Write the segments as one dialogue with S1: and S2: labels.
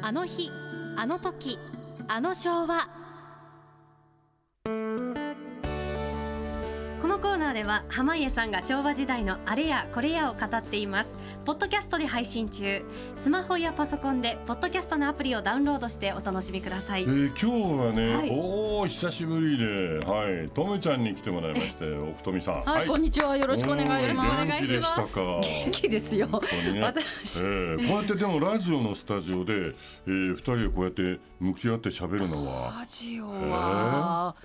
S1: あの日あの時あの昭和このコーナーでは濱家さんが昭和時代のあれやこれやを語っていますポッドキャストで配信中スマホやパソコンでポッドキャストのアプリをダウンロードしてお楽しみください
S2: えー、今日はね、
S1: はい
S2: おお久しぶりで、はい、トムちゃんに来てもらいまして、奥富さん。
S3: はい、こんにちは。よろしくお願いし
S2: おー
S3: ます。
S2: 元気でしたか。
S3: 元気ですよ。
S2: 本当にね
S3: 私
S2: えーこうやってでもラジオのスタジオで、えー、二人でこうやって向き合って喋るのは
S3: ラジオは、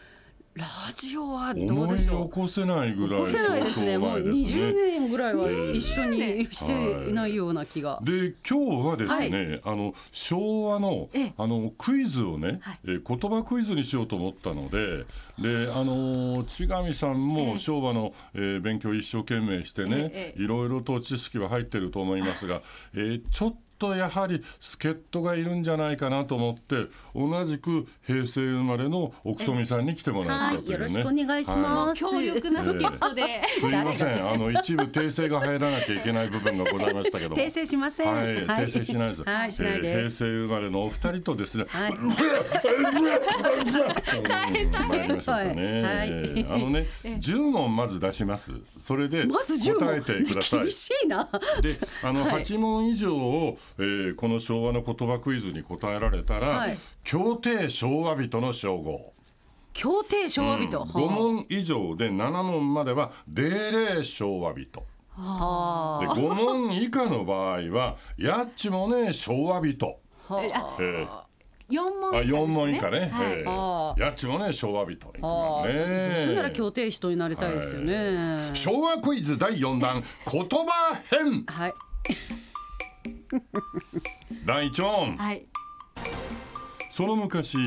S3: ラジオはどう
S2: 思
S3: で
S2: い
S3: し
S2: 起
S3: ょう。
S2: こせないぐらい
S3: 起こせないですね。
S2: そう
S3: もう
S2: そう前ですね
S3: 20年ぐらいは一緒にしていないような気が。
S2: で今日はですね、あの昭和の
S1: ええ
S2: あのクイズをね、
S1: はい
S2: えー言葉クイズにしようと思ったのでであのー千上さん
S1: ええ
S2: も昭和の、えー勉強一生懸命してね、
S1: ええ
S2: いろいろと知識は入ってると思いますが、えーちょっとやはり助っ人がいるんじゃないかなと思って同じく平成生まれの奥富さんに来てもらったというね。
S3: よろしくお願いし
S2: は
S3: ます。
S1: 強力な助っ人で、
S2: すいません、あの一部訂正が入らなきゃいけない部分がございましたけども。
S3: 訂正しません。
S2: はい、訂正しないです。
S3: はい、しない
S2: えー
S3: で
S2: 平
S3: す。
S2: 成生まれのお二人とですね。
S3: はい
S2: 大変大変。参りましょうかね。
S3: はい
S2: えーあのね、十問まず出します。それで
S3: まず10
S2: 答えてくださ
S3: 問。
S2: い
S3: 厳。しいな。
S2: で、あの
S3: はい
S2: 八問以上を、えーこの昭和の言葉クイズに答えられたら
S3: はい、
S2: 協定昭和人の称号。
S3: 協定昭和人。
S2: 五問以上で七問までは霊霊昭和人。
S3: は
S2: で
S3: あ。
S2: 5問以下の場合は「やっちもね昭和人」
S3: は
S2: えー
S1: 四問以下ですね
S2: あ4問以下ね、
S1: はい
S2: え
S3: あ
S2: ー、やっちもね昭和人に行く
S3: あ。
S2: の
S3: はあ。
S2: ね
S3: それなら協定人になりたいですよね。
S2: 昭和クイズ第4弾言葉編
S3: はい。
S2: 第1問
S1: はい
S2: その昔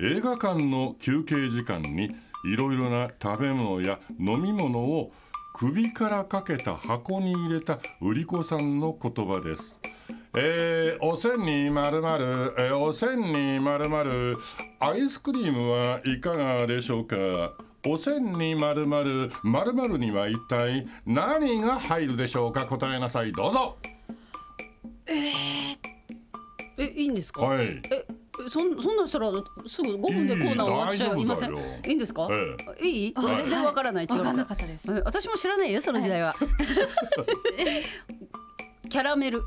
S2: 映画館の休憩時間にいろいろな食べ物や飲み物を首からかけた箱に入れた売り子さんの言葉です。えー、おせんにまるまる、えーおせんにまるまる、アイスクリームはいかがでしょうか。おせんにまるまる、まるまるには一体何が入るでしょうか。答えなさい。どうぞ。
S3: え、いいんですか。
S2: はい。
S3: え、そんそんなんしたらすぐ5分でコーナー終わっちゃいませ
S2: いい
S3: ん
S2: 大丈夫だよ
S3: いいんですか、
S2: え
S3: いい、
S2: はい
S3: 全然わからない違う
S1: 分かんなかったです
S3: うん私も知らないよその時代は、 キャラメル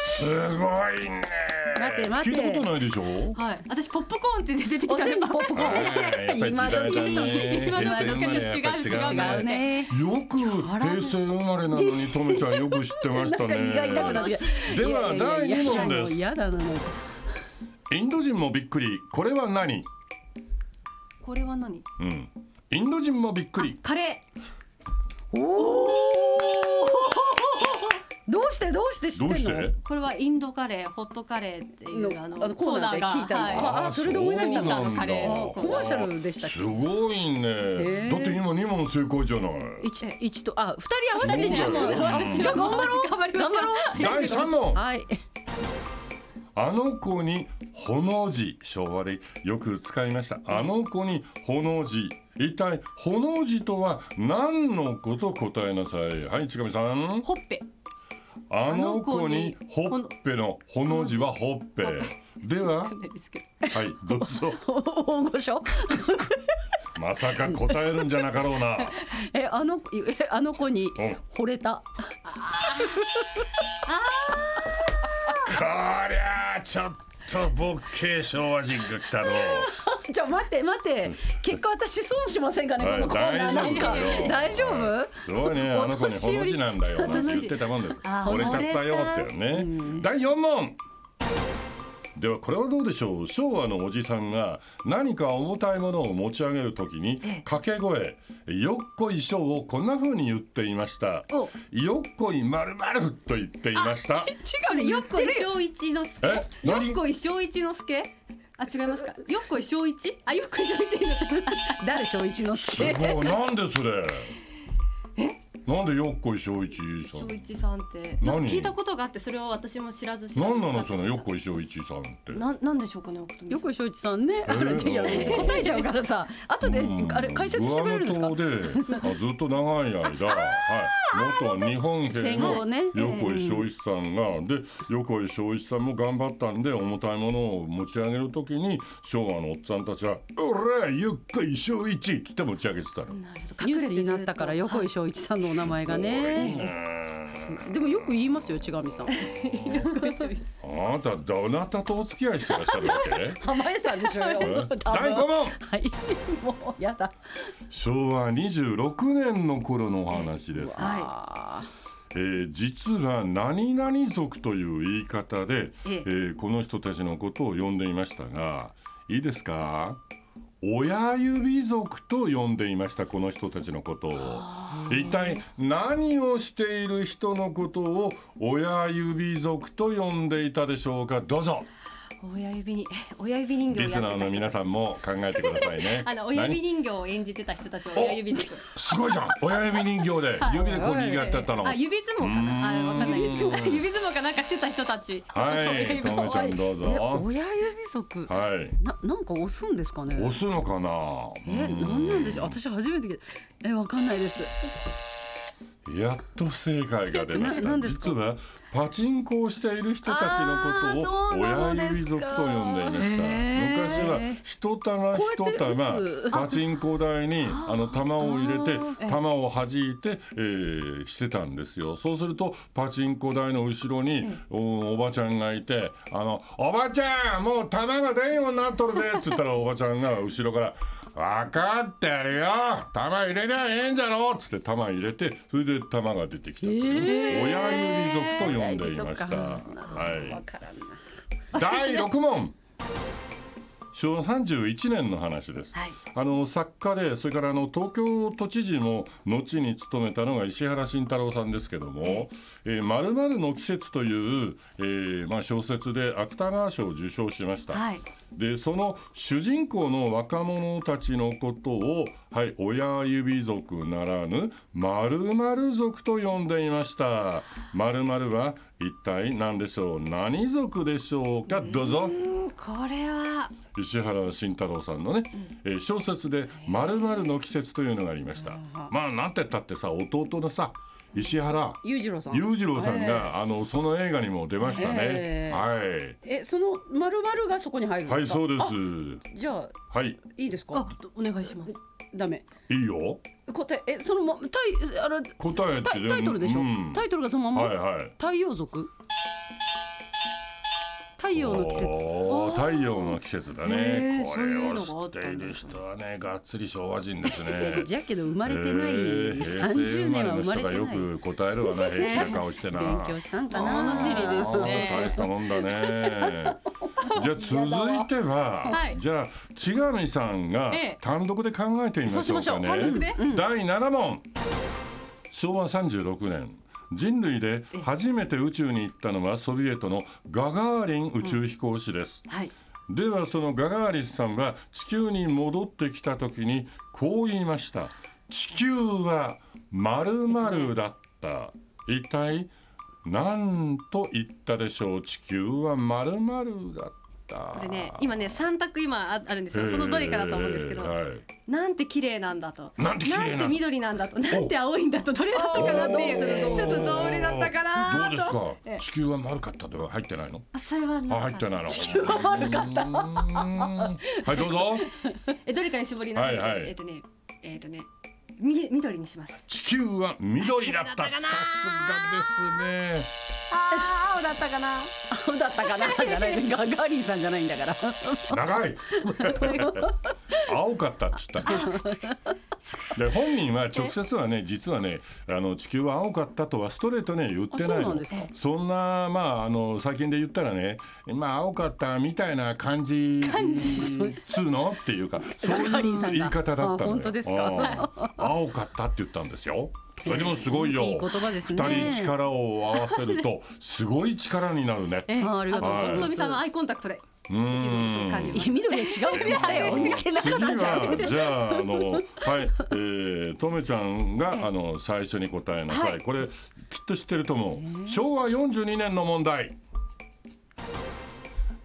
S2: すごいね。
S3: 待て待て
S2: 聞いたことないでしょ。
S1: はい私ポップコーンって出てきた
S3: おせんにポップコーン
S2: やっぱり時代だね。
S1: 今時
S2: 平成生まれやっぱり
S1: 今時
S3: 違うね
S2: よく平成生まれなのにトムちゃんよく知ってま
S3: なん
S2: した
S3: か胃が痛くなっ
S2: ね。
S3: てきた
S2: ではい
S3: やいやい
S2: 第
S3: や
S2: 二問です
S3: いやもう嫌だななんか
S2: インド人もびっくり。これは何？
S1: これは何
S2: うん。インド人もびっくり。
S1: カレ
S3: どうしてどうして知
S2: ど
S3: っ
S2: う
S3: てん
S2: し
S3: の
S2: て？
S1: ーこれはインドカレーホットカレーっていう
S3: の
S1: あの
S3: あのコーナーで聞いたの
S1: は
S3: ああそれで思い出した
S2: そうなんだ
S1: カレーの
S3: コマーシャルでしたっけ
S2: すごいね。
S3: ー
S2: だって今二問正解じゃない。
S3: 一一とあ二人合わせて
S2: そう
S3: じゃ
S2: だよ
S3: あじゃあ頑張ろう
S1: 頑張りましょう
S3: 頑張ろう
S2: 第三問。
S3: はい
S2: あの子にほの字昭和でよく使いましたあの子にほの字一体ほの字とは何のこと答えなさいはいちかみさん
S1: ほっぺ
S2: あの子にほっぺのほの字はほっぺでは
S1: わかんないですけど
S2: はいどうぞ
S3: 大御所
S2: まさか答えるんじゃなかろうな
S3: えあのえあの子に
S2: うん
S3: 惚れた
S2: こりゃあちょっとボッケー昭和人が来たぞ
S3: じゃあ待って待って結果私損しませんかねこ
S2: はい
S3: のコーナーなんか
S2: 大丈夫だよ
S3: 大丈夫
S2: すごいねあの子に
S3: お年
S2: ほ
S3: 寄り
S2: の字なんだよなんて言ってたもんです
S1: あ
S2: 折れちゃったよってね第四問ではこれはどうでしょう昭和のおじさんが何か重たいものを持ち上げるときに掛け声「よっこいしょ」をこんな風に言っていました
S3: お
S2: 「よっこいまるまる」と言っていました
S3: 違うね言
S1: よ
S3: っ
S1: っこ
S3: て
S1: い
S3: るよ
S1: 正一之助
S2: え何
S1: よっこい正一之助あ違いますかよっこい正一あよっこい正一です
S3: 誰小一之
S2: すご
S3: 助
S2: いなんでそれなんでよっこいしょういちさ
S3: 正
S2: ん
S3: 一さんって
S2: 何
S3: なんか聞いたことがあってそれを私も知らず知ら
S2: な
S3: ず
S2: んなの
S3: 使
S2: そ
S3: っ
S2: の
S3: てました
S2: よっこいしょういちさんって
S1: なんなんでしょうかね奥富さん
S3: 横井翔一さんね、あ
S2: え
S3: の
S2: ー
S3: いや私答えちゃうからさ、後で、
S2: うん
S3: あれ解説してくれるんですか
S2: グ。アム島であずっと長い間、はい、元は日本兵
S3: 戦
S2: の
S3: 後ね、
S2: 横井正一さんがで横井正一さんも頑張ったんで重たいものを持ち上げるときに昭和のおっさんたちは「おら横井正一!」って言って持ち上げてたの。
S1: なるほど
S3: ニュースになったから横井翔一さんのお名前がね。でもよく言いますよ、千上さん。
S2: あなたどなたとお付き合いしてらっしゃるわ け
S3: 浜江さんでしょ
S2: え
S3: よ。多分
S2: 大顧問
S3: はい、もうやだ。
S2: 昭和26年の頃のお話です
S3: は
S2: えー実は何々族という言い方で、え
S1: ええ
S2: ーこの人たちのことを呼んでいましたがいいですか親指族と呼んでいましたこの人たちのことを一体何をしている人のことを親指族と呼んでいたでしょうかどうぞ
S1: 親指に親指人形を
S2: リスナー
S1: やって
S2: の
S1: た人
S2: 皆さんも考えてください ね
S1: あの親指
S2: 何
S1: 人形を演じてた人たちを親指族
S2: すごいじゃん親指人形で指でこう握ってたの
S1: あ指相撲かな
S2: うー
S1: あ
S2: ん
S1: わかんない指相撲かなんかしてた人たち
S2: はいともちゃんどう
S3: い。え
S2: ぞ
S3: 親指足。
S2: はい
S3: な、なんか押すんですかね。
S2: 押すのかな。
S3: え、なんなんでしょう。私初めて聞いた。え、わかんないです。
S2: やっと正解が出まし
S3: な
S2: た。
S3: なんですか
S2: 実はパチンコをしている人たちのこと
S3: あーそう
S2: を
S3: な
S2: 親
S3: のですか
S2: 指族と呼んでいました。
S3: へー
S2: 昔は一玉
S3: こうやっ
S2: 一
S3: て打つ
S2: 玉パチンコ台にあの玉を入れ
S3: あ
S2: て玉を弾いて、えーしてたんですよ。そうするとパチンコ台の後ろにおおばちゃんがいて、あのおばちゃんもう玉が出んようになっとるでって言ったらおばちゃんが後ろから。分かってるよ玉入れりゃええんじゃろっつって玉入れてそれで玉が出てきたというね、
S3: えー
S2: 親指族と呼んでいました。は
S3: わからんな。
S2: い、第六問。昭和31年の話です、
S1: はい
S2: あの作家でそれからあの東京都知事も後に務めたのが石原慎太郎さんですけども「えー〇〇の季節」という、えーまあ、小説で芥川賞を受賞しました、
S1: はい
S2: でその主人公の若者たちのことを、はい、親指族ならぬ〇〇族と呼んでいました〇〇は一体何でしょう何族でしょうかどうぞ
S1: これは
S2: 石原慎太郎さんのね、えー小説で「〇〇の季節」というのがありましたまあなんてったってさ弟のさ石原
S3: 裕次郎さん。
S2: 裕次郎さん
S3: え
S2: があのその映画にも出ましたね
S3: へ
S2: はい
S3: え、その丸々がそこに入るん
S2: は
S3: で
S2: い
S3: すか。
S2: そうです
S3: あ。じゃあ、
S2: はい
S3: いいです
S1: あ
S3: か。
S1: お願いします
S3: ダメ。
S2: いいよ
S3: 答え、え、そのま、タイ、あれ、
S2: 答えって
S3: タイタイトルでしょ、
S2: うん
S3: タイトルがそのまんま、
S2: はいはい
S3: 太陽族太陽の季節
S2: おー太陽の季節だ
S3: へ
S2: ね
S3: ー
S2: こ
S3: そう
S2: れ
S3: いう
S2: を
S3: のがあっ
S2: 知
S3: た
S2: って
S3: ん
S2: い
S3: だ
S2: る人はねがっつり昭和人です
S3: いや
S2: ね
S3: じゃけど生まれてない、
S2: えー
S3: 30年は生ま
S2: 平成生まれ
S3: れてない
S2: の人がよく答えるわ な平気な顔してな
S3: 勉強したんかな
S1: 物知りですね
S2: あー大したもんだねじゃあ続いては、
S1: はい
S2: じゃあ千上さんが
S1: ええ
S2: 単独で考えてみましょうかね
S1: そうしましょう単独で
S2: 第7問昭和36年人類で初めて宇宙に行ったのはソビエトのガガーリン宇宙飛行士です、
S1: はい
S2: ではそのガガーリンさんは地球に戻ってきた時にこう言いました地球は〇〇だった一体何と言ったでしょう地球は〇〇だった
S1: これね今ね三択今ああるんですよそのどれかだと思うんですけど、
S2: えーはい
S1: なんて綺麗なんだと
S2: なんて綺麗なんだ
S1: て緑なんだとなんて青いんだとどれだったかなってい
S3: おーどうするど
S1: う
S3: う
S1: ち
S3: す
S1: ょっ
S3: る
S1: とどれだったかなと
S2: どうですか、
S1: ええ
S2: 地球は丸かったでは入ってないの
S1: あそれはなん
S2: あ
S1: か
S2: 入ってないの地球は丸かったはいどうぞ
S1: えどれかに絞りながら、
S2: はいはい
S1: えっ、とねえっ、とねみ緑にします
S2: 地球は緑だった
S1: あ
S2: さ
S1: 綺麗
S2: す
S1: だったかな
S2: がですね
S1: あー青だったかな
S3: 青 だったかなじゃないガガーリンさんじゃないんだから
S2: 長い青かったっつった で本人は直接はね実はねあの地球は青かったとはストレートね言ってない
S3: あそうな
S2: の
S3: んですか
S2: そんなまああの最近で言ったらねまあ青かったみたいな感じするのっていうかそう
S3: ガガリ
S2: い
S3: ン
S2: う
S3: さんが
S2: 言い方だったのよ
S3: あ本当ですか
S2: うん青かったって言ったんですよそれでもすごいよ
S3: いい言葉ですね
S2: 二人 力を合わせるとすごい力になるね
S1: え
S3: あありがとうござい
S1: あ
S3: ます
S1: と富さんのアイコンタクトで
S2: うん
S1: っていうのをすごく感じま
S3: え緑は違うって言ったよ。
S2: 次
S3: 似てなかったじゃん。
S2: はじゃああのはいえーとめちゃん
S1: ええ
S2: があの最初に答えなさ
S1: はい
S2: い。これきっと知ってると思う。昭和42年の問題。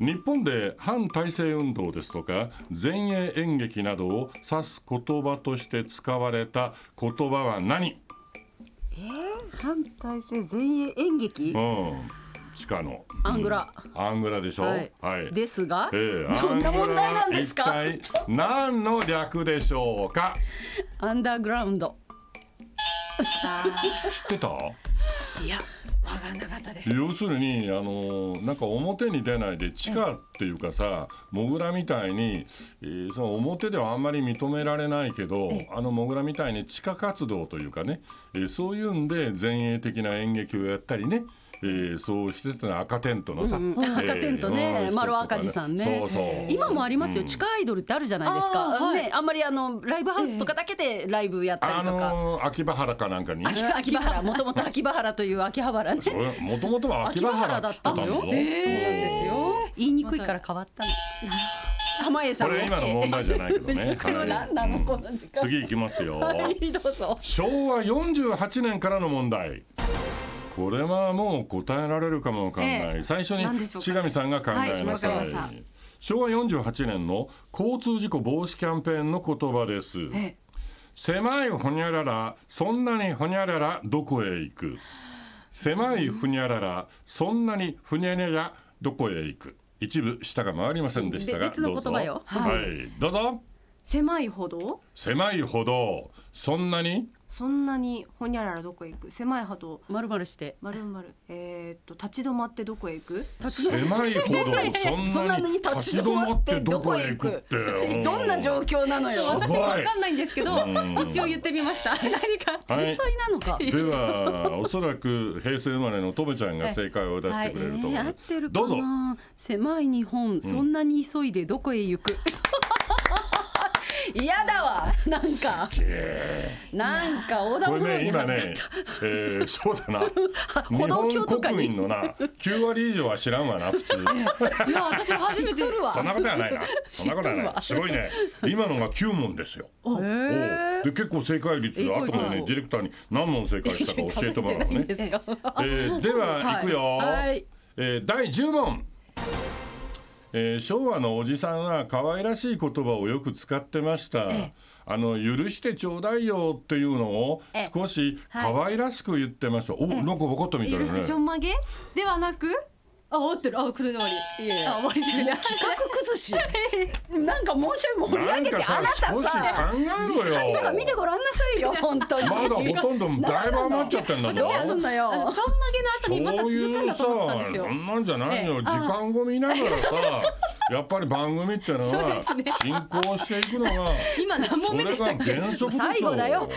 S2: 日本で反体制運動ですとか前衛演劇などを指す言葉として使われた言葉は何？
S3: 反体制前衛演劇
S2: う。ん、地下の
S3: アングラ。
S2: アングラでしょ。
S3: は
S2: はいい。
S3: ですが。
S2: ええ
S3: どんな問題なんですか
S2: アングラ一体何の略でしょうか。
S3: アンダーグラウンド。
S2: 知ってた？
S1: いや、わかんなかったです。
S2: 要するにあのなんか表に出ないで地下っていうかさモグラみたいに、えーその表ではあんまり認められないけどあのモグラみたいに地下活動というかね、えーそういうんで前衛的な演劇をやったりね、えーそうしてたの赤テントのさ、
S3: うんうん赤テントね
S2: うん
S3: 丸尾赤字さんね
S2: そうそう
S3: 今もありますよ、
S2: うん
S3: 地下アイドルってあるじゃないですか
S1: あーはい
S3: ね、あんまりあのライブハウスとかだけでライブやったり
S2: あ
S3: とか、
S2: のー秋葉原かなんかにね
S3: 秋秋葉原もともと秋葉原という秋葉原 ねそう
S2: もともとは秋葉原って言ってたの
S3: 秋葉
S2: よ
S3: 原だったのよなんですよ言いにくいから変わったの濱家さ
S2: こ
S3: んも
S2: れ今の問題じゃないけどね。
S3: これは何なの
S2: うん
S3: この時間
S2: 次行きますよ。
S3: はい どうぞ
S2: 昭和48年からの問題。これはもう答えられるかもわかんない。
S1: え
S2: 最初に
S1: 何でしょうか
S2: 千上さんが考えなさい。
S1: はいわかりまし
S2: 昭和48年の交通事故防止キャンペーンの言葉です。
S1: え
S2: 狭いほにゃらら、そんなにほにゃらら、どこへ行く。狭いふにゃらら、そんなにふにゃにゃら、どこへ行く。一部下が回りませんでしたが、
S3: べ別の
S2: どうぞ
S3: 言葉よ
S2: はい、どうぞ。
S4: 狭いほど
S2: 狭い歩道、そんなに。
S4: そんなにほにゃららどこへ行く狭いほど
S3: まるまるして
S4: まるまるえーっと立ち止まってどこへ行く
S3: 立ち
S2: 狭い歩道、そんなに立ち止まってどこへ行くって。うん
S3: どんな状況なのよ
S2: すごい
S1: 私もわかんないんですけど
S2: うん、
S1: 一応言ってみました。何か。
S2: はい
S3: 天。才なのか
S2: では、おそらく平成生まれのとめちゃんが正解を出してくれると思い
S3: 合
S2: ま
S3: っ
S2: す。
S3: てるかな
S2: どうぞ。
S3: 狭い日本そんなに急いでどこへ行く 嫌、だわなんかなんか横断
S2: こ
S3: 歩
S2: れ
S3: 道
S2: ね
S3: に
S2: 今
S3: 入っ
S2: ね、えー、そう だな
S3: 歩道
S2: 日
S3: 橋と
S2: 本
S3: かに
S2: 国民のな9割以上は知らんわな普通
S3: いや私も初めてるわ
S2: そんなことはないなそんなことは
S3: 知っとる
S2: な
S3: わ
S2: いすごいね今のが9問ですよ、
S3: へー
S2: おうで結構正解率
S3: えー
S2: 後で
S3: はい
S2: ねディレクターに何問正解したか教えてもらうのね
S3: いや考えてないんですか
S2: え ーでは、いくよ、
S3: はい
S2: えー第10問、えー昭和のおじさんは可愛らしい言葉をよく使ってました、あの許してちょうだいよっていうのを
S1: え
S2: 少し可愛らしく言ってました、おなんか分かったみたい
S1: 許
S2: です
S1: し
S2: ね
S1: てちょんまげではなく、あ、合ってる。あ、これで終わり。
S3: いやいや
S1: あ、終わりだよね。
S3: 企画崩しなんかもうちょい盛り
S2: な
S3: 上
S2: ん
S3: げて
S2: か
S3: あ
S2: さ
S3: なた
S2: 少し考
S3: さ
S2: えろ よ
S3: とか見てごらんなさいよ本当に
S2: まだほとんどだいぶ余っちゃってんだぞ
S3: どうすんだ
S1: あの
S3: よ
S1: ちょんまげの後にまた
S2: そう
S1: 続く
S2: い
S1: ん
S2: う
S1: だ
S2: さ
S1: と思ったんですよ
S2: そ。んなんじゃない
S1: え
S2: よ
S1: え
S2: 時間を見ながら さやっぱり番組ってのは
S1: そうですね
S2: 進行していくのが
S1: 今何
S2: そ
S1: 問目
S2: れ
S1: でし
S2: が
S1: たっけ？
S2: 原則でしょ
S3: 最後だよ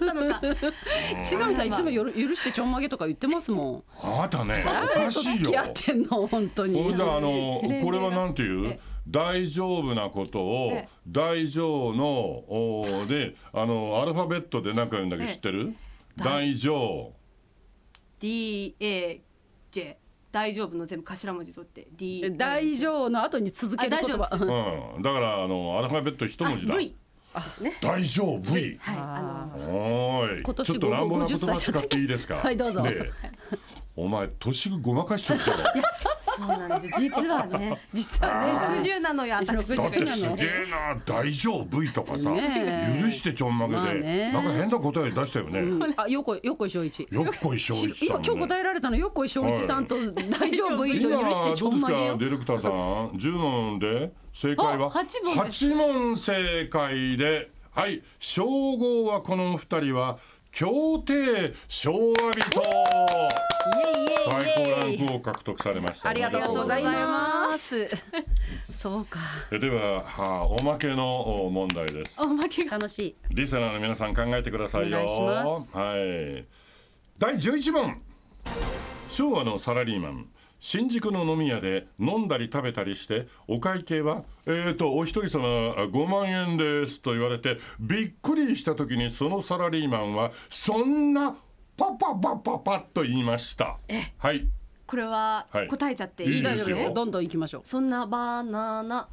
S1: なのか。
S3: 志上さんいつもよろ許してちょんまげとか言ってますもん
S2: あなたねお
S3: 誰
S2: か
S3: と
S2: しい
S3: 付
S2: よ
S3: き合ってんの本当
S2: ほ
S3: に
S2: いであの
S1: 年齢が
S2: これはなんていう
S1: え
S2: 大丈夫なことを
S1: え
S2: 大丈夫のおであのアルファベットで何か言うんだけど知ってる大丈
S4: DAJ 大丈夫の全部頭文字取って
S3: え
S4: D
S3: 大丈夫の後に続ける言
S1: あ大丈
S3: 葉
S1: 夫
S2: 夫うんだからあのアルファベット一文字だ
S4: V
S2: 大丈夫 V
S1: はい。あの
S2: おーい
S3: 今年
S2: ちょっと乱暴な言
S3: 50
S2: 葉使っていいですか
S3: はいどうぞ
S2: ねえお前年ごまかしと ったろ
S1: そうなんです。実はね、
S3: 実はねじゃない
S1: 六十なのよ。私
S2: だってす
S3: なの
S2: げえな大丈夫とかさ
S3: ねえ
S2: 許してちょんま
S3: まあ
S2: げ
S3: ね
S2: でなんか変な答え出したよね
S3: あ、よこ、よこいしょいち。
S2: よっこいしょうい
S3: し
S2: ちさ
S3: 今
S2: ん
S3: 今日
S2: もね
S3: 答えられたのよこいしょういちさんと大丈夫い と
S2: 今どう
S3: 許
S2: で
S3: して
S2: す
S3: ちょ
S2: か
S3: んま
S2: デ
S3: げよ
S2: ィレクターさん10問で正解は
S1: あ八問です
S2: 八問正解ではい称号はこの二人は協定昭和人最高ランクを獲得されました
S3: ありがとうござい
S2: す
S3: ます。 そうか、
S2: でははおまけの お問題です
S1: おまけが。
S3: 楽しい。
S2: リスナーの皆さん考えてくださいよ。
S3: お願いします
S2: はい。第十一問。昭和のサラリーマン。新宿の飲み屋で飲んだり食べたりしてお会計は「えー、とお一人様あ5万円です」と言われてびっくりした時にそのサラリーマンは「そんなパパパパパ」と言いましたはい
S4: これは
S2: はい
S4: 答えちゃっていい、
S2: いい
S3: 大丈夫で
S2: いいです
S3: す
S2: よ
S3: どんどん行きましょう
S4: そんなバナナ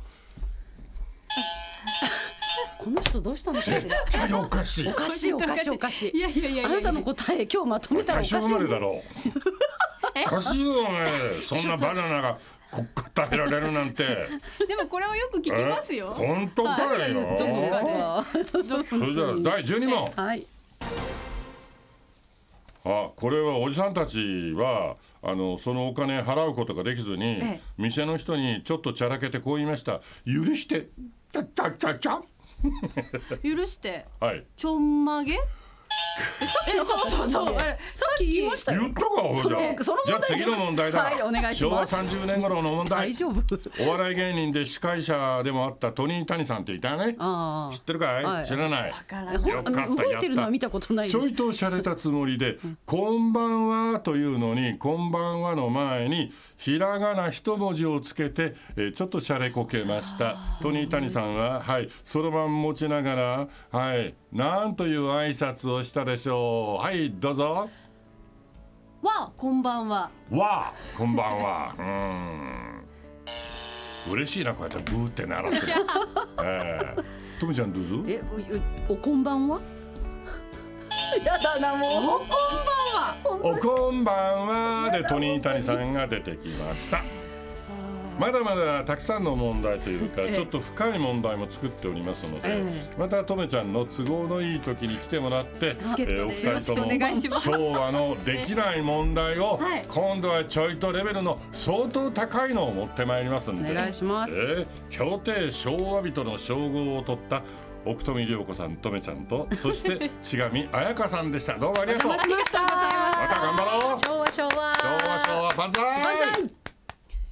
S3: この人どうしたんでしょう
S2: 絶対おかしい
S3: おかしいおかしいおかし
S4: い
S3: い
S4: やいやいやいや
S3: あなたの答え今日まとめたらお
S2: 大
S3: か
S2: 正
S3: し
S2: 生
S3: い
S2: まれだろ うおかしいよねそんなバナナがこ答えられるなん て
S4: でもこれはよく聞きますよ
S2: え本当かよ
S4: だから言っとくんですね
S2: それじゃあ第12問
S3: はい
S2: あこれはおじさんたちはあのそのお金払うことができずに、
S4: ええ
S2: 店の人にちょっとちゃらけてこう言いました「許して」たたたた
S4: 許して
S2: はい
S4: ちょんまげ
S3: えそうそうそう
S4: あれ
S3: さっき言いましたよ
S2: 言ったかほ
S3: そ
S2: ら
S3: れ
S2: じゃ
S3: その
S2: あじゃあ
S3: 問題
S2: 次の問題だ、
S3: はいお願いし
S2: 昭和
S3: ます
S2: 30年頃の問題
S3: 大丈夫
S2: お笑い芸人で司会者でもあったトニー・タニさんっていたよね
S3: あ
S2: 知ってるかい、
S3: はい
S2: 知らない
S4: から
S3: あ
S4: ない
S3: ほ
S2: よか
S3: ん
S2: った
S3: あの動いてるのは見たことない
S2: ちょいと洒落たつもりで「こんばんは」というのに「こんばんは」の前にひらがな一文字をつけて、えーちょっと洒落こけましたトニー谷さんははいそろばん持ちながらはいなんという挨拶をしたでしょうはいどうぞ
S4: わこんばんは
S2: わあこんばんはうーん嬉しいなこうやってブーって鳴ら すのええトミちゃんどうぞ
S3: えおおこんばんはやだなもう
S4: おこんばんは
S2: おこんばんはでトニー谷さんが出てきました。まだまだたくさんの問題というか、ちょっと深い問題も作っておりますので
S3: え、
S2: またとめちゃんの都合のいい時に来てもらって、
S3: 助っ人で
S2: お
S3: よ
S2: 二
S3: ろ
S2: 人
S3: し
S2: と
S3: くお願いし
S2: も昭和のできない問題 を
S4: はい
S2: 今度はちょいとレベルの相当高いのを持ってまいりますん
S3: お
S2: で、
S3: 願いします
S2: えー協定昭和人の称号を取った奥富涼子さん、とめちゃんと、そして千上彩香さんでした。どうもありがとう。ま
S3: ました
S2: た頑張ろう。
S3: 昭和昭和
S2: 啊昭和昭和万歳。
S3: 万歳